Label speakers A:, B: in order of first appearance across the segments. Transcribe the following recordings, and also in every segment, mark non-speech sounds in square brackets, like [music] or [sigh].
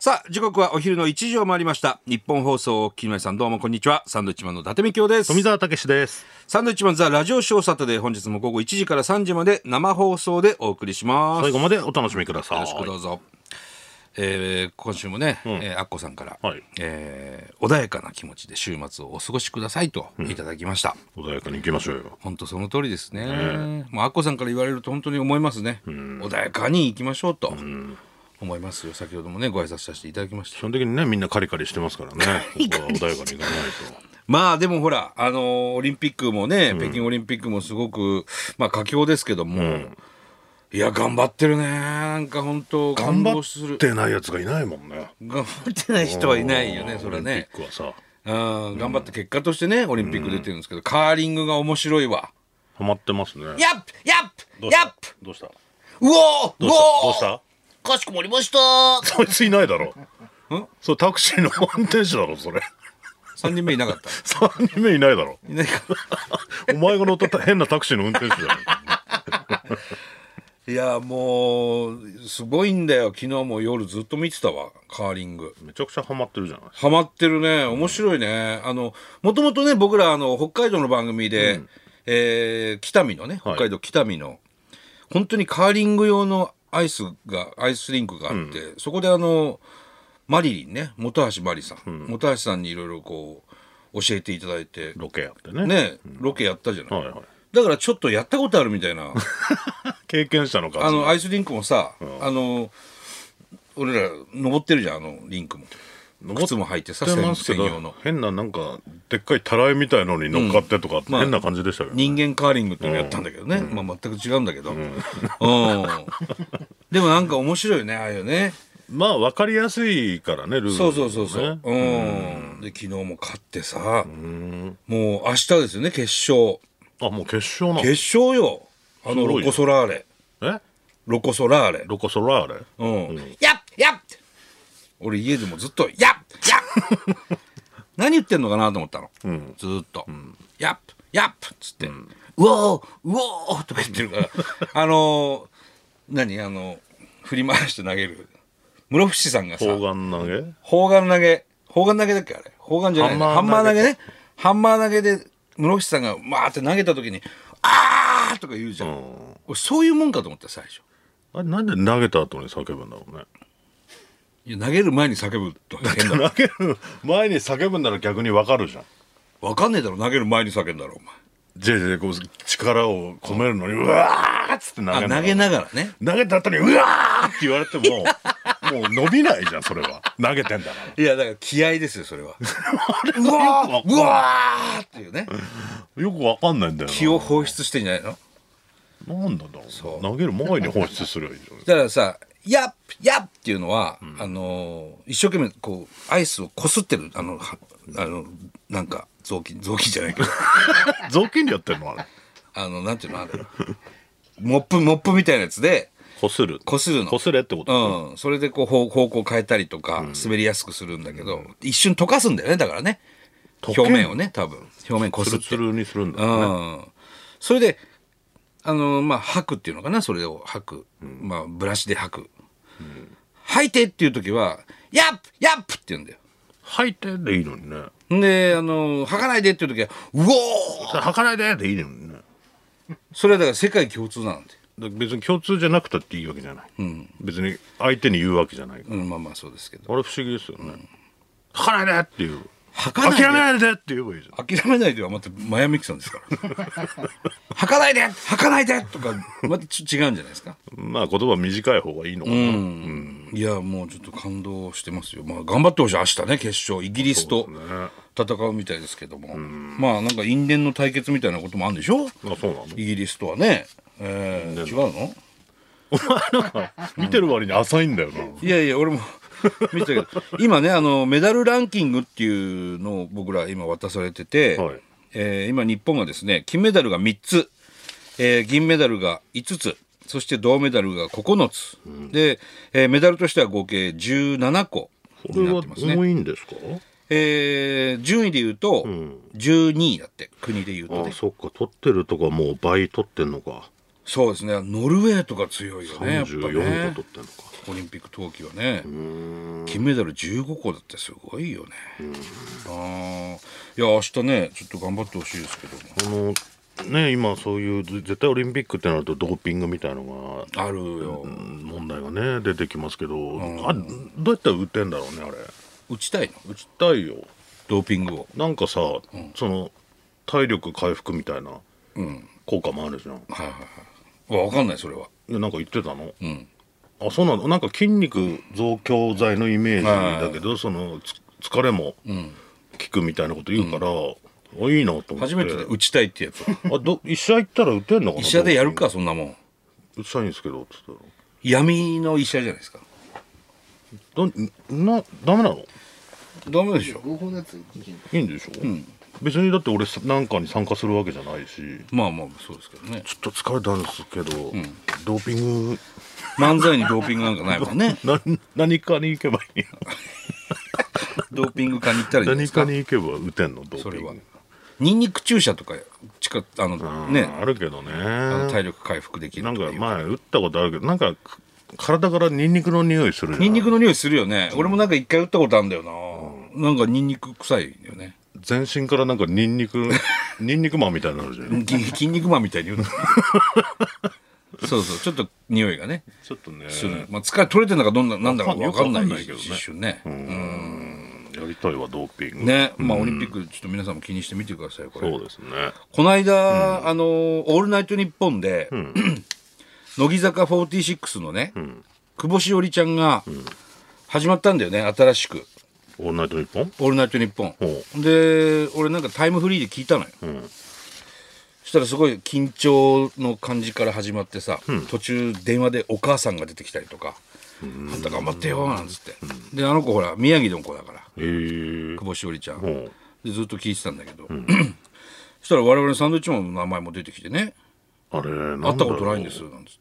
A: さあ、時刻はお昼の1時を回りました。日本放送、木村さんどうもこんにちは。サンドイッチマンの伊達美京です。
B: 富澤たけしです。
A: サンドイッチマンザラジオショーサタデー本日も午後1時から3時まで生放送でお送りします。
B: 最
A: よ
B: 後までお楽しみください。
A: ろしくどうぞ。えー今週もね、えーアッコさんから、
B: はい
A: えー穏やかな気持ちで週末をお過ごしくださいといただきました。
B: 穏やかに行きましょうよ。
A: 本当その通りですね。もうアッコさんから言われると本当に思いますね。穏やかに行きましょうと思いますよ。先ほどもねご挨拶させていただきました
B: 基。本的にね、みんなカリカリしてます [laughs] からね。ここは穏やかに行かない
A: まあでもほら、あのーオリンピックもね、北京オリンピックもすごく、まあ佳境ですけども、いや、頑張ってるね。なんか本当、
B: と。
A: 感動する。
B: てないやつがいないもんね。
A: 頑張ってない人はいないよね、それは
B: オリン
A: ね。
B: ピックはさ、
A: うん頑張って結果としてね、オリンピック出てるんですけど、カーリングが面白いわ。
B: ハマってますね。や
A: やっやっやっ
B: どうした
A: うおーう
B: どうしたどう
A: お
B: し
A: ー
B: た
A: かしこまりました
B: そいついないだろ。
A: ん
B: そう、タクシーの運転手だろ、それ。
A: !3 人目いな
B: [laughs]
A: かった。
B: 3人目いないだろ。
A: いないか。
B: お前が乗った変なタクシーの運転手だろ。
A: いや、もう、すごいんだよ。昨日も夜ずっと見てたわ、カーリング。
B: めちゃくちゃハマってるじゃない。
A: ハマってるね。面白いね。あの、もともとね、僕ら、あの、北海道の番組で、えー北見のね、
B: はい
A: 北海道北見の、本当にカーリング用のアイスが、アイスリンクがあって、そこであの、マリリンね、本橋マリさん。本橋さんにいろいろこう、教えていただいて、
B: ロケやってね。
A: ね、ロケやったじゃない。
B: はいはい。
A: だからちょっとやったことあるみたい
B: [laughs]
A: な。
B: 経験者の感じ。
A: あの、アイスリンクもさ、あの、俺ら登ってるじゃん、あの、リンクも。靴も履いてさ、
B: 知って
A: 専
B: ますけ
A: 専
B: ど
A: 用の。
B: 変ななんかでっかいたらいみたいのに乗っかってとか、
A: まあ
B: 変な感じでしたけど、ね
A: 人間カーリングっていうのやったんだけどね、まあ、全く違うんだけど、うんでもなんか面白いよねああいうね
B: まあ分かりやすいからねルール、ね、
A: そうそうそうそう、うんで昨日も勝ってさ、もう明日ですよね決勝
B: あもう決勝なの
A: 決勝よあの
B: すごいね
A: ロコ・ソラーレ
B: え
A: ロコ・ソラーレ
B: ロコ・ソラーレ
A: うん、やっやっ俺家でもずっと「やっやっ! 」 [laughs] 何言ってんのかなと思ったの、ずーっと「やっやっ!」っつって「うおーうおー!」とか言ってるから [laughs] あのー、何あの振り回して投げる室伏さんがさ
B: 砲丸投げ
A: 砲丸投げ砲丸投げだっけあれ砲丸じゃないハ
B: ハ
A: ン
B: ン
A: マー
B: マー
A: 投
B: 投
A: げ
B: げ
A: ねハンマー投げで室伏さんがわーって投げた時に「あー!」とか言うじゃん、
B: うん
A: 俺そういうもんかと思った最初。
B: あれなんで投げた後に叫ぶんだろうね
A: いや投げる前に叫ぶとか変だろ
B: [laughs] 投げる前に叫ぶんなら逆に分かるじゃん
A: わかんねえだろ投げる前に叫んだろお
B: じゃあじゃあこう力を込めるのにうわーっつって投げ
A: 前
B: る
A: あ投げながらね
B: 投げた後にうわーって言われてももう伸びないじゃんそれは投げてんだから
A: いやだから気合ですよそれは [laughs] う
B: わー
A: わーうわーっていうね
B: よく分かんないんだよな
A: 気を放出してんじゃないの
B: なんだろう
A: そう
B: 投げる前に放出するよいいじゃん
A: だからさ「やっやっ」っていうのは、あのー一生懸命こうアイスをこすってるあのはあのなんか雑巾雑巾じゃ [laughs] ないけど
B: 雑巾でやってんの [laughs] あれ
A: あのなんていうのあれモップモップみたいなやつで
B: こする
A: こするの
B: こすれってこと、
A: うん、それでこう方方向を変えたりとか滑りやすくするんだけど、一瞬溶かすんだよねだからね
B: 溶け
A: 表面をね多分表面こ
B: ツ
A: すっ
B: ル
A: て
B: ツルにするんだ
A: う
B: よね、
A: ん、それであのまあ吐くっていうのかなそれを吐く、まあブラシで吐く、吐いてっていう時は「やっやっ!」って言うんだよ
B: 吐いてでいいのにね
A: であの吐かないでっていう時は「うおー
B: それ吐かないででいいのにね
A: それはだから世界共通なんで、
B: だ別に共通じゃなくたっていいわけじゃない、別に相手に言うわけじゃないから、
A: うん、まあまあそうですけど
B: あれ不思議ですよね、吐かないでっていう
A: 吐かないで
B: 諦めないでって言えばいいじゃん
A: 諦めないではまたマヤミキさんですから [laughs] 吐かないで吐かないでとかまたちょ違うんじゃないですか、
B: まあ言葉短い方がいいのかな、
A: いやもうちょっと感動してますよまあ頑張ってほしい明日ね決勝イギリスと
B: そうですね
A: 戦うみたいですけども、まあなんか因縁の対決みたいなこともあるんでしょ
B: あそうなの
A: イギリスとはね、えー、違うの
B: 見てる割に浅いんだよな、
A: いやいや俺も [laughs] 見てたけど今ねあのメダルランキングっていうのを僕ら今渡されてて、
B: はい
A: えー今日本がですね金メダルが3つ、えー銀メダルが5つそして銅メダルが9つ、で、えーメダルとしては合計17個
B: これ
A: にな
B: は
A: ってますね。
B: 重いんですか、
A: えー順位で言うと12位だって国で言うと
B: あ
A: ね
B: そっか取ってるとかもう倍取ってんのか
A: そうですねノルウェーとか強いよねやっぱ
B: 34個
A: ね
B: 取ってんのか
A: オリンピック冬季はね昨金メダル15個だってすごいよね、あーいや明日ねちょっと頑張ってほしいですけども
B: あのね今そういうず絶対オリンピックってなるとドーピングみたいの
A: あるよ、
B: がうん問題がね出てきますけど、あどうやったら売ってんだろうねあれ
A: 打ちたいの
B: 打ちたいよ
A: ドーピングを
B: なんかさ、その体力回復みたいな効果もあるじゃん、
A: はいはいはいわかんないそれは、
B: いやなんか言ってたの、
A: ん
B: あそうなのなんか筋肉増強剤のイメージだけどそのつ疲れも効くみたいなこと言うから、あいいなと思って
A: 初めてだ打ちたいってやつ
B: あど医者行ったら打てんのかな
A: 医者でやるかそんなもん
B: 打ちたいんですけどっつったら
A: 闇の医者じゃないですか
B: だなダメなの
A: ダメでしょ
C: 合法のやついけん
B: いいんでしょ、別にだって俺なんかに参加するわけじゃないし
A: まあまあそうですけどね
B: ちょっと疲れたんですけど、ドーピング
A: 漫才にドーピングなんかないもんね
B: な何かに行けばいい
A: ドーピング科に行ったらいいんじゃないで
B: 何
A: すか
B: かに行けば打てんのド
A: そ
B: ー
A: れ
B: ピン
A: は
B: グ
A: ニンニク注射とか近あの
B: うん
A: ね
B: あるけどね
A: あの体力回復できる
B: なん
A: とか
B: か
A: いう
B: 前打ったことあるけどなんかか体からニンニクの匂いするじゃん
A: ニンニクの匂いするよね、俺もなんか一回打ったことあるんだよな、なんかニンニク臭いよね
B: 全身からなんかニン
A: [laughs]
B: ニクニンニクマンみたいになるじゃん
A: 筋筋肉マンみたい
B: [laughs]
A: に言うのそうそうちょっと匂いがね、
B: ちょっとね
A: するまあ、疲れ取れてるのかどんななんだか
B: わ
A: 分
B: か
A: か
B: ん
A: んない
B: よくわかんないけどね
A: 一瞬ね
B: やりたいわドーピング
A: ねまあオリンピックちょっと皆さんも気にしてみてくださいこれ
B: そうですね
A: この間、あの「オールナイトニッポン」で、乃木坂46のね、久保しおりちゃんが始まったんだよね新しく
B: オールナイトニッポン
A: 「オールナイトニッポン
B: ほ」
A: で俺なんかタイムフリーで聞いたのよ、そしたらすごい緊張の感じから始まってさ、途中電話でお母さんが出てきたりとか「あんた頑張ってよ」なんつって、であの子ほら宮城の子だから
B: へえー、
A: 久保しおりちゃん、
B: ほう
A: でずっと聞いてたんだけど、 [clears throat] そしたら我々サンドウィッチマンの名前も出てきてね
B: あれなんだ
A: 会ったことないんですなんつっ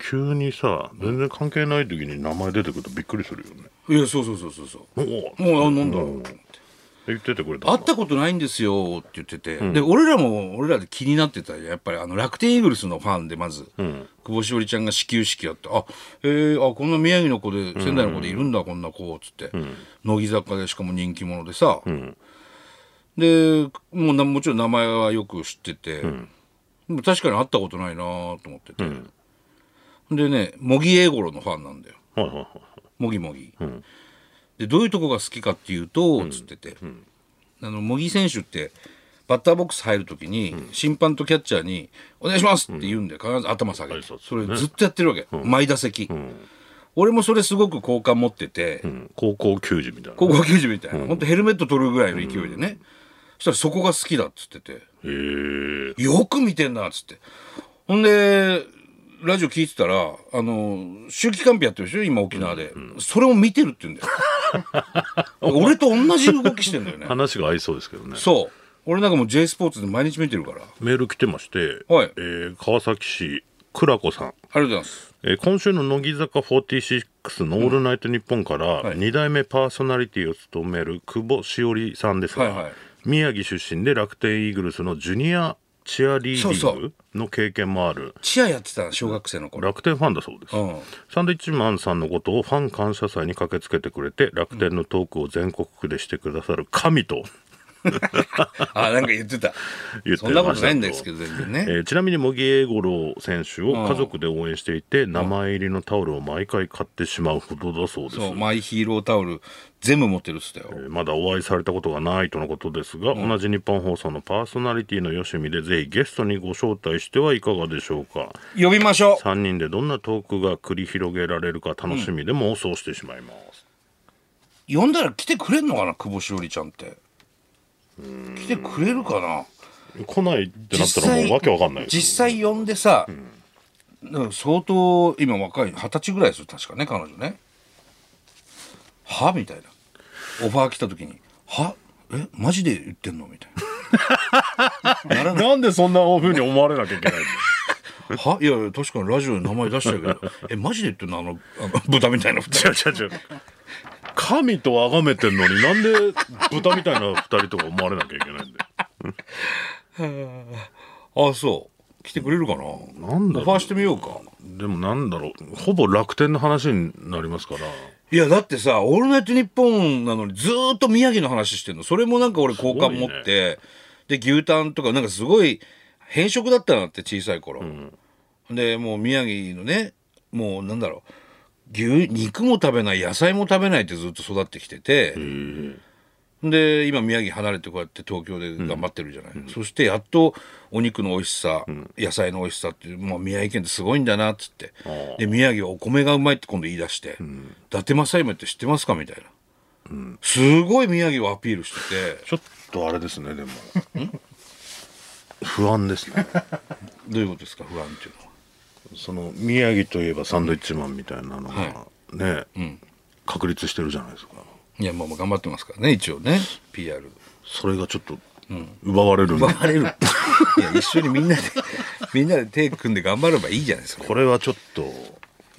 B: 急にさ全然関係ない時に名前出てくるとびっくりするよね
A: て「いやそうそうそうそうそう
B: おお
A: もうあなんだろう」
B: 言っててくれた
A: 会
B: の
A: ったことないんですよ」って言ってて、で俺らも俺らで気になってたよやっぱりあの楽天イーグルスのファンでまず、久保しおりちゃんが始球式やって「あえー、あこんな宮城の子で仙台の子でいるんだ、こんな子」っつって、乃木坂でしかも人気者でさ、でもうなもちろん名前はよく知ってて、でも確かに会ったことないなと思ってて、でね茂木英五郎のファンなんだよ
B: はいはいはい
A: もぎもぎ、でどういうとこが好きかっていうと、つってて、あの茂木選手ってバッターボックス入るときに、審判とキャッチャーに「お願いします」って言うんで必ず頭下げて、
B: 挨拶ね
A: それずっとやってるわけ、毎打席、俺もそれすごく好感持ってて、
B: うん高校球児みたいな
A: 高校球児みたいな、ほんとヘルメット取るぐらいの勢いでね、そしたらそこが好きだっつってて。
B: へえー、
A: よく見てんなっつってほんでラジオ聞いてたらあの秋季カンペやってるでしょ今沖縄で、それを見てるって [laughs] 言うんだよ俺と同じ動きしてんだよね
B: 話が合いそうですけどね
A: そう俺なんかもう J スポーツで毎日見てるからあ
B: メール来てまして、
A: はい
B: えー川崎市倉子さん、
A: りがとうございます
B: えー今週の乃木坂46の「オールナイトニッポン」から
A: い
B: 2代目パーソナリティを務める久保しおりさんですが、
A: はいはい
B: 宮城出身で楽天イーグルスのジュニアチアリーデ
A: そ
B: ィ
A: う
B: ン
A: そ
B: グの経験もある
A: チアやってた小学生の頃
B: 楽天ファンだそうです、
A: うん
B: サンドイッチマンさんのことをファン感謝祭に駆けつけてくれて楽天のトークを全国区でしてくださる神と
A: あなんか言ってた
B: 言ってました
A: そんなことないんですけど全然ね、
B: えーちなみに茂木英五郎選手を家族で応援していて、名前入りのタオルを毎回買ってしまうほどだそうです
A: そうマイヒーロータオル全部持ってるっつったよ
B: えーまだお会いされたことがないとのことですが、同じ日本放送のパーソナリティのよしみでぜひゲストにご招待してはいかがでしょうか
A: 呼びましょう
B: 3人でどんなトークが繰り広げられるか楽しみで妄想してしまいます、
A: 呼んだら来てくれんのかな久保しおりちゃんって来てくれるかな
B: 来ないってなったらもうわけわかんないです
A: 実際呼んでさ、だから相当今若い二十歳ぐらいですよ確かね彼女ねはみたいなオファー来た時に「はえマジで言ってんの?」みたいなならない
B: なんでそんなふうに思われなきゃいけない
A: 「はいやいや確かにラジオで名前出したけどえマジで言ってんのあのあの豚みたいな二人
B: の [laughs] 違う違う違う神と崇めてんのになんで豚みたいな2人とか思われなきゃいけないんだよ
A: あそう来てくれるかな
B: なんだろう
A: オファーしてみようか
B: でもなんだろうほぼ楽天の話になりますから
A: いやだってさ「オールナイトニッポン」なのにずーっと宮城の話してんのそれもなんか俺好感持って、で牛タンとかなんかすごい偏食だったなって小さい頃、でもう宮城のねもうなんだろう牛肉も食べない野菜も食べないってずっと育ってきててで今宮城離れてこうやって東京で頑張ってるじゃない、そしてやっとお肉の美味しさ、野菜の美味しさって、まあ、宮城県ってすごいんだなっつってで宮城はお米がうまいって今度言い出して、伊達政夢って知ってますかみたいな、すごい宮城をアピールしてて
B: ちょっとあれですねでも [laughs] 不安ですね
A: どういうことですか不安っていうのは
B: その宮城といえばサンドイッチマンみたいなのが、
A: は
B: ね、確立してるじゃないですか
A: いやまあまあ頑張ってますからね一応ね PR
B: それがちょっと奪われるんで、
A: 奪われるいや一緒にみんなでみんなで手組んで頑張ればいいじゃないですか
B: これはちょっと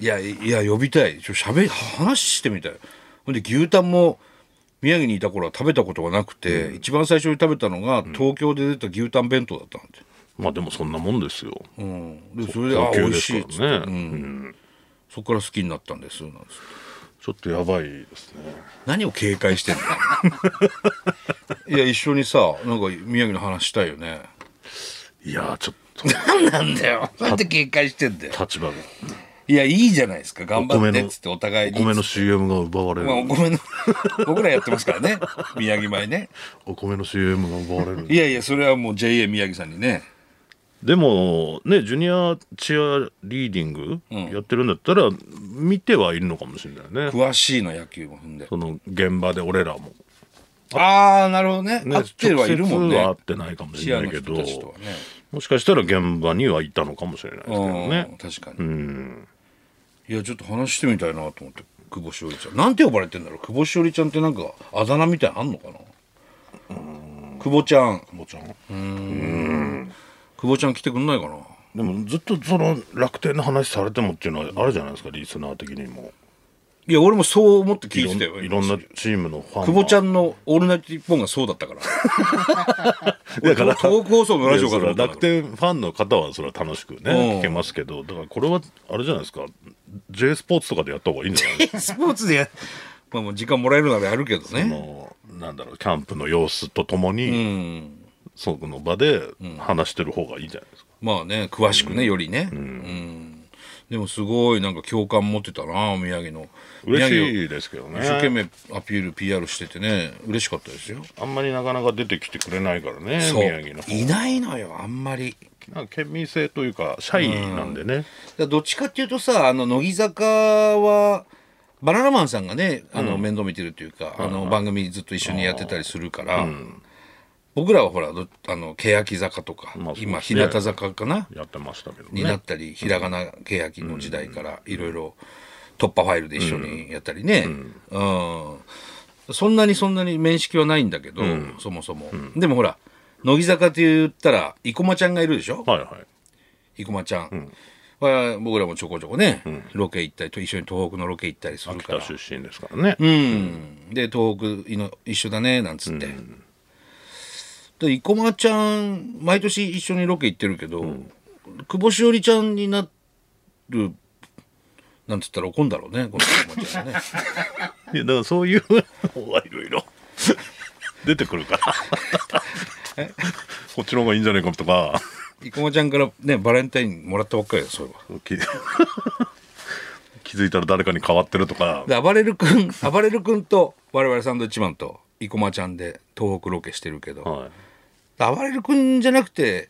A: いやいや呼びたいちょ喋り話してみたいほんで牛タンも宮城にいた頃は食べたことがなくて、一番最初に食べたのが東京で出た牛タン弁当だったんで,、
B: まあでもそんなもんですよ
A: うん、でそれで「あ
B: 高
A: 美
B: 級
A: 味
B: です
A: しい」っつって、
B: からね
A: そこから好きになったんですなんつって
B: ちょっとやばいですね
A: 何を警戒してんの [laughs] いや一緒にさなんか宮城の話したいよね
B: いやーちょっと
A: 何なんだよなんで警戒してんだよ
B: 立場が
A: いやいいじゃないですか頑
B: お
A: 張
B: 米
A: って
B: の
A: っつってお互い
B: お
A: に
B: 米の CM が奪われる、
A: まあ、お米の僕らやってますからね宮城米ね
B: お米の CM が奪われる
A: いやいやそれはもう JA 宮城さんにね
B: でもねジュニアチアリーディングやってるんだったら、見てはいるのかもしれないね
A: 詳しいの野球も踏んで
B: その現場で俺らも、
A: ああなるほどね
B: ね、
A: 合ってはいるもん
B: 直接は会
A: ね
B: ってないかもし
A: 視野
B: れ
A: の
B: ないけ
A: 人
B: ど
A: たちとはね
B: もしかしたら現場にはいたのかもしれないですけど
A: うん
B: ね
A: 確かに、
B: うん
A: いやちょっと話してみたいなと思って久保しおりちゃんなんて呼ばれてんだろう久保しおりちゃんってなんかあだ名みたいなのあんのかな久保ちゃん
B: 久保ちゃん
A: 久保ちゃん来てくんないかな
B: でもずっとその楽天の話されてもっていうのはあるじゃないですかリスナー的にも
A: いや俺もそう思って聞
B: い
A: い
B: ろ
A: て
B: ん
A: たよ
B: いろんなチームのファン
A: 久保ちゃ
B: ん
A: んの「オールナイトニッポン」がそうだったから
B: [laughs]
A: 俺
B: だから
A: 東北放送のラジオからだったから
B: 楽天ファンの方はそれは楽しくね
A: うん
B: 聞けますけどだからこれはあれじゃないですか J スポーツとかでやった方がいいんじゃないですか
A: [laughs] スポーツでやまあもう時間もらえるならやるけど
B: あ
A: ね
B: のなんだろうキャンプの様子とともに、
A: うん
B: そこの場で話してる方がいいじゃないですか、
A: まあね詳しくね、よりね、うんでもすごいなんか共感持ってたな宮城の
B: 嬉
A: い
B: しいですけどね
A: 一生懸命アピール PR しててね嬉しかったですよ
B: あんまりなかなか出てきてくれないからね
A: そう
B: 宮城の方
A: いないのよあんまり
B: なんか県民性というかシャイなんでね、
A: だからどっちかっていうとさあの乃木坂はバナナマンさんがねあの面倒見てるというか、あの番組ずっと一緒にやってたりするから、僕らはほらどあの欅坂とか、
B: まあそうですね
A: 今日向坂かな、
B: やってましたけど
A: になっ
B: ね
A: たり、ひらがな欅の時代からいろいろ突破ファイルで一緒にやったりね、うんそんなにそんなに面識はないんだけど、そもそも、でもほら乃木坂って言ったら生駒ちゃんがいるでしょ
B: はいはい
A: 生駒ちゃん、は僕らもちょこちょこね、ロケ行ったりと一緒に東北のロケ行ったりするから
B: 北出身ですからね、
A: うん、で東北いの一緒だねなんつって、で生駒ちゃん毎年一緒にロケ行ってるけど、久保しおりちゃんになるなんつったら怒んだろうねこの生駒ちゃんね
B: いやだからそういうのはいろい [laughs] ろ出てくるからこっちの方がいいんじゃないかとか
A: 生駒ちゃんからねバレンタインもらったばっかりだよそういえば
B: 気 [laughs] 気づいたら誰かに変わってるとか
A: で暴れる君暴れる君と我々サンドウィッチマンと生駒ちゃんで東北ロケしてるけど、
B: は
A: 暴れる君じゃなくて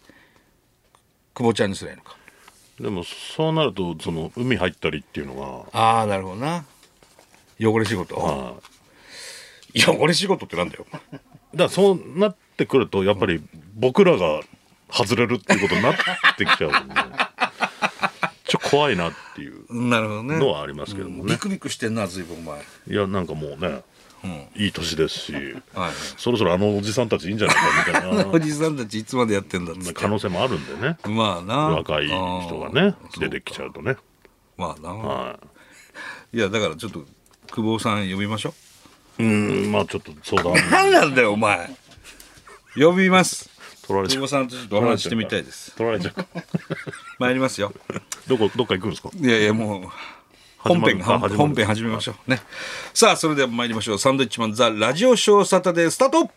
A: 久保ちゃんにすりゃいいのか
B: いでもそうなるとその海入ったりっていうの
A: ああなるほどな汚れ仕事、
B: が、はい
A: や、俺仕事ってなんだよ。
B: い、だからそうなってくるとやっぱり僕らが外れるっていうことになってきちゃうんで [laughs] ちょ怖いなっていう
A: なるほどね
B: のはありますけどもね
A: ビ、クビクしてんな、ずいぶんお前。
B: いやなんかもうね、いい年ですし、
A: はい。
B: そろそろあのおじさんたちいいんじゃないかみたいな
A: [laughs] おじさんたちいつまでやってんだっつって
B: 可能性もあるんでね
A: まあな。
B: 若い人がね
A: あー
B: 出てきちゃうとね
A: まあな。
B: はい
A: や、だからちょっと、久保さん呼びましょ
B: いうんまあちょっと相談
A: う。なんなんだよ、お前。呼びます。
B: 取られ
A: [laughs]
B: ち
A: 久
B: ゃ
A: 保
B: う
A: さんとちょっとお話ししてみたいです。
B: 取られちゃう
A: 参りますよ。
B: どこどっか行くんですか
A: いやいや、もう、
B: 始
A: 本
B: まる
A: 編
B: か
A: が
B: 始まる
A: 本編始めましょうねさあそれでは参りましょうサンドイッチマンザラジオショーサタデースタート